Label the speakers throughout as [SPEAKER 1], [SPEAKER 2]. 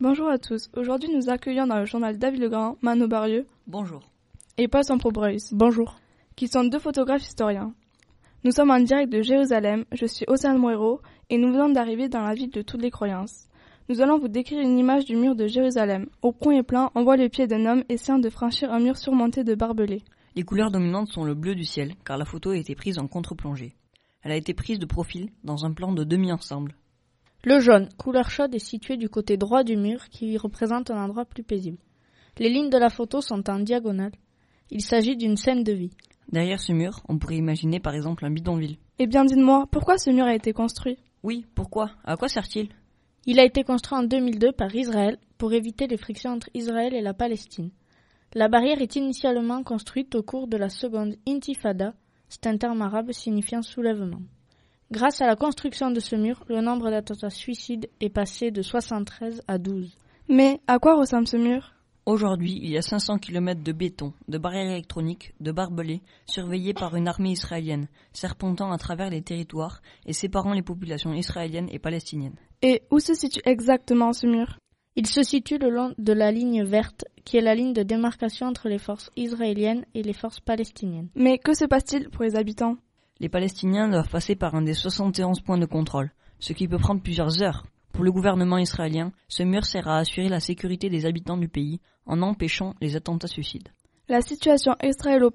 [SPEAKER 1] Bonjour à tous. Aujourd'hui, nous accueillons dans le journal David Legrand, Mano Barieux
[SPEAKER 2] Bonjour.
[SPEAKER 1] et Paul Samprobreus,
[SPEAKER 3] Bonjour.
[SPEAKER 1] qui sont deux photographes historiens. Nous sommes en direct de Jérusalem, je suis Océane Moreau et nous venons d'arriver dans la ville de toutes les croyances. Nous allons vous décrire une image du mur de Jérusalem. Au premier plan, on voit le pied d'un homme essayant de franchir un mur surmonté de barbelés.
[SPEAKER 2] Les couleurs dominantes sont le bleu du ciel, car la photo a été prise en contre-plongée. Elle a été prise de profil, dans un plan de demi-ensemble.
[SPEAKER 3] Le jaune, couleur chaude, est situé du côté droit du mur qui représente un endroit plus paisible. Les lignes de la photo sont en diagonale. Il s'agit d'une scène de vie.
[SPEAKER 2] Derrière ce mur, on pourrait imaginer par exemple un bidonville.
[SPEAKER 1] Eh bien, dites-moi, pourquoi ce mur a été construit
[SPEAKER 2] Oui, pourquoi À quoi sert-il
[SPEAKER 3] Il a été construit en 2002 par Israël pour éviter les frictions entre Israël et la Palestine. La barrière est initialement construite au cours de la seconde Intifada, c'est un terme arabe signifiant soulèvement. Grâce à la construction de ce mur, le nombre d'attentats suicides est passé de 73 à 12.
[SPEAKER 1] Mais à quoi ressemble ce mur
[SPEAKER 2] Aujourd'hui, il y a 500 km de béton, de barrières électroniques, de barbelés, surveillés par une armée israélienne, serpentant à travers les territoires et séparant les populations israéliennes et palestiniennes.
[SPEAKER 1] Et où se situe exactement ce mur
[SPEAKER 3] Il se situe le long de la ligne verte, qui est la ligne de démarcation entre les forces israéliennes et les forces palestiniennes.
[SPEAKER 1] Mais que se passe-t-il pour les habitants
[SPEAKER 2] Les Palestiniens doivent passer par un des 71 points de contrôle, ce qui peut prendre plusieurs heures. Pour le gouvernement israélien, ce mur sert à assurer la sécurité des habitants du pays en empêchant les attentats suicides.
[SPEAKER 1] La situation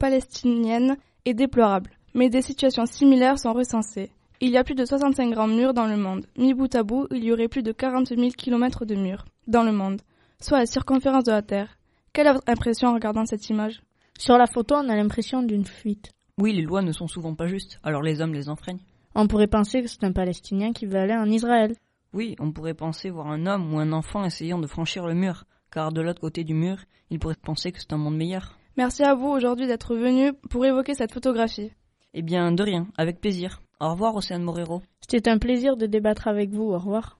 [SPEAKER 1] israélo-palestinienne est déplorable, mais des situations similaires sont recensées. Il y a plus de 65 grands murs dans le monde. Mis bout à bout, il y aurait plus de 40 000 kilomètres de murs dans le monde, soit la circonférence de la Terre. Quelle est votre impression en regardant cette image
[SPEAKER 3] Sur la photo, on a l'impression d'une fuite.
[SPEAKER 2] Oui, les lois ne sont souvent pas justes, alors les hommes les enfreignent.
[SPEAKER 3] On pourrait penser que c'est un Palestinien qui veut aller en Israël.
[SPEAKER 2] Oui, on pourrait penser voir un homme ou un enfant essayant de franchir le mur, car de l'autre côté du mur, ils pourraient penser que c'est un monde meilleur.
[SPEAKER 1] Merci à vous aujourd'hui d'être venu pour évoquer cette photographie.
[SPEAKER 2] Eh bien, de rien, avec plaisir. Au revoir, Océane Morero.
[SPEAKER 3] C'était un plaisir de débattre avec vous. Au revoir.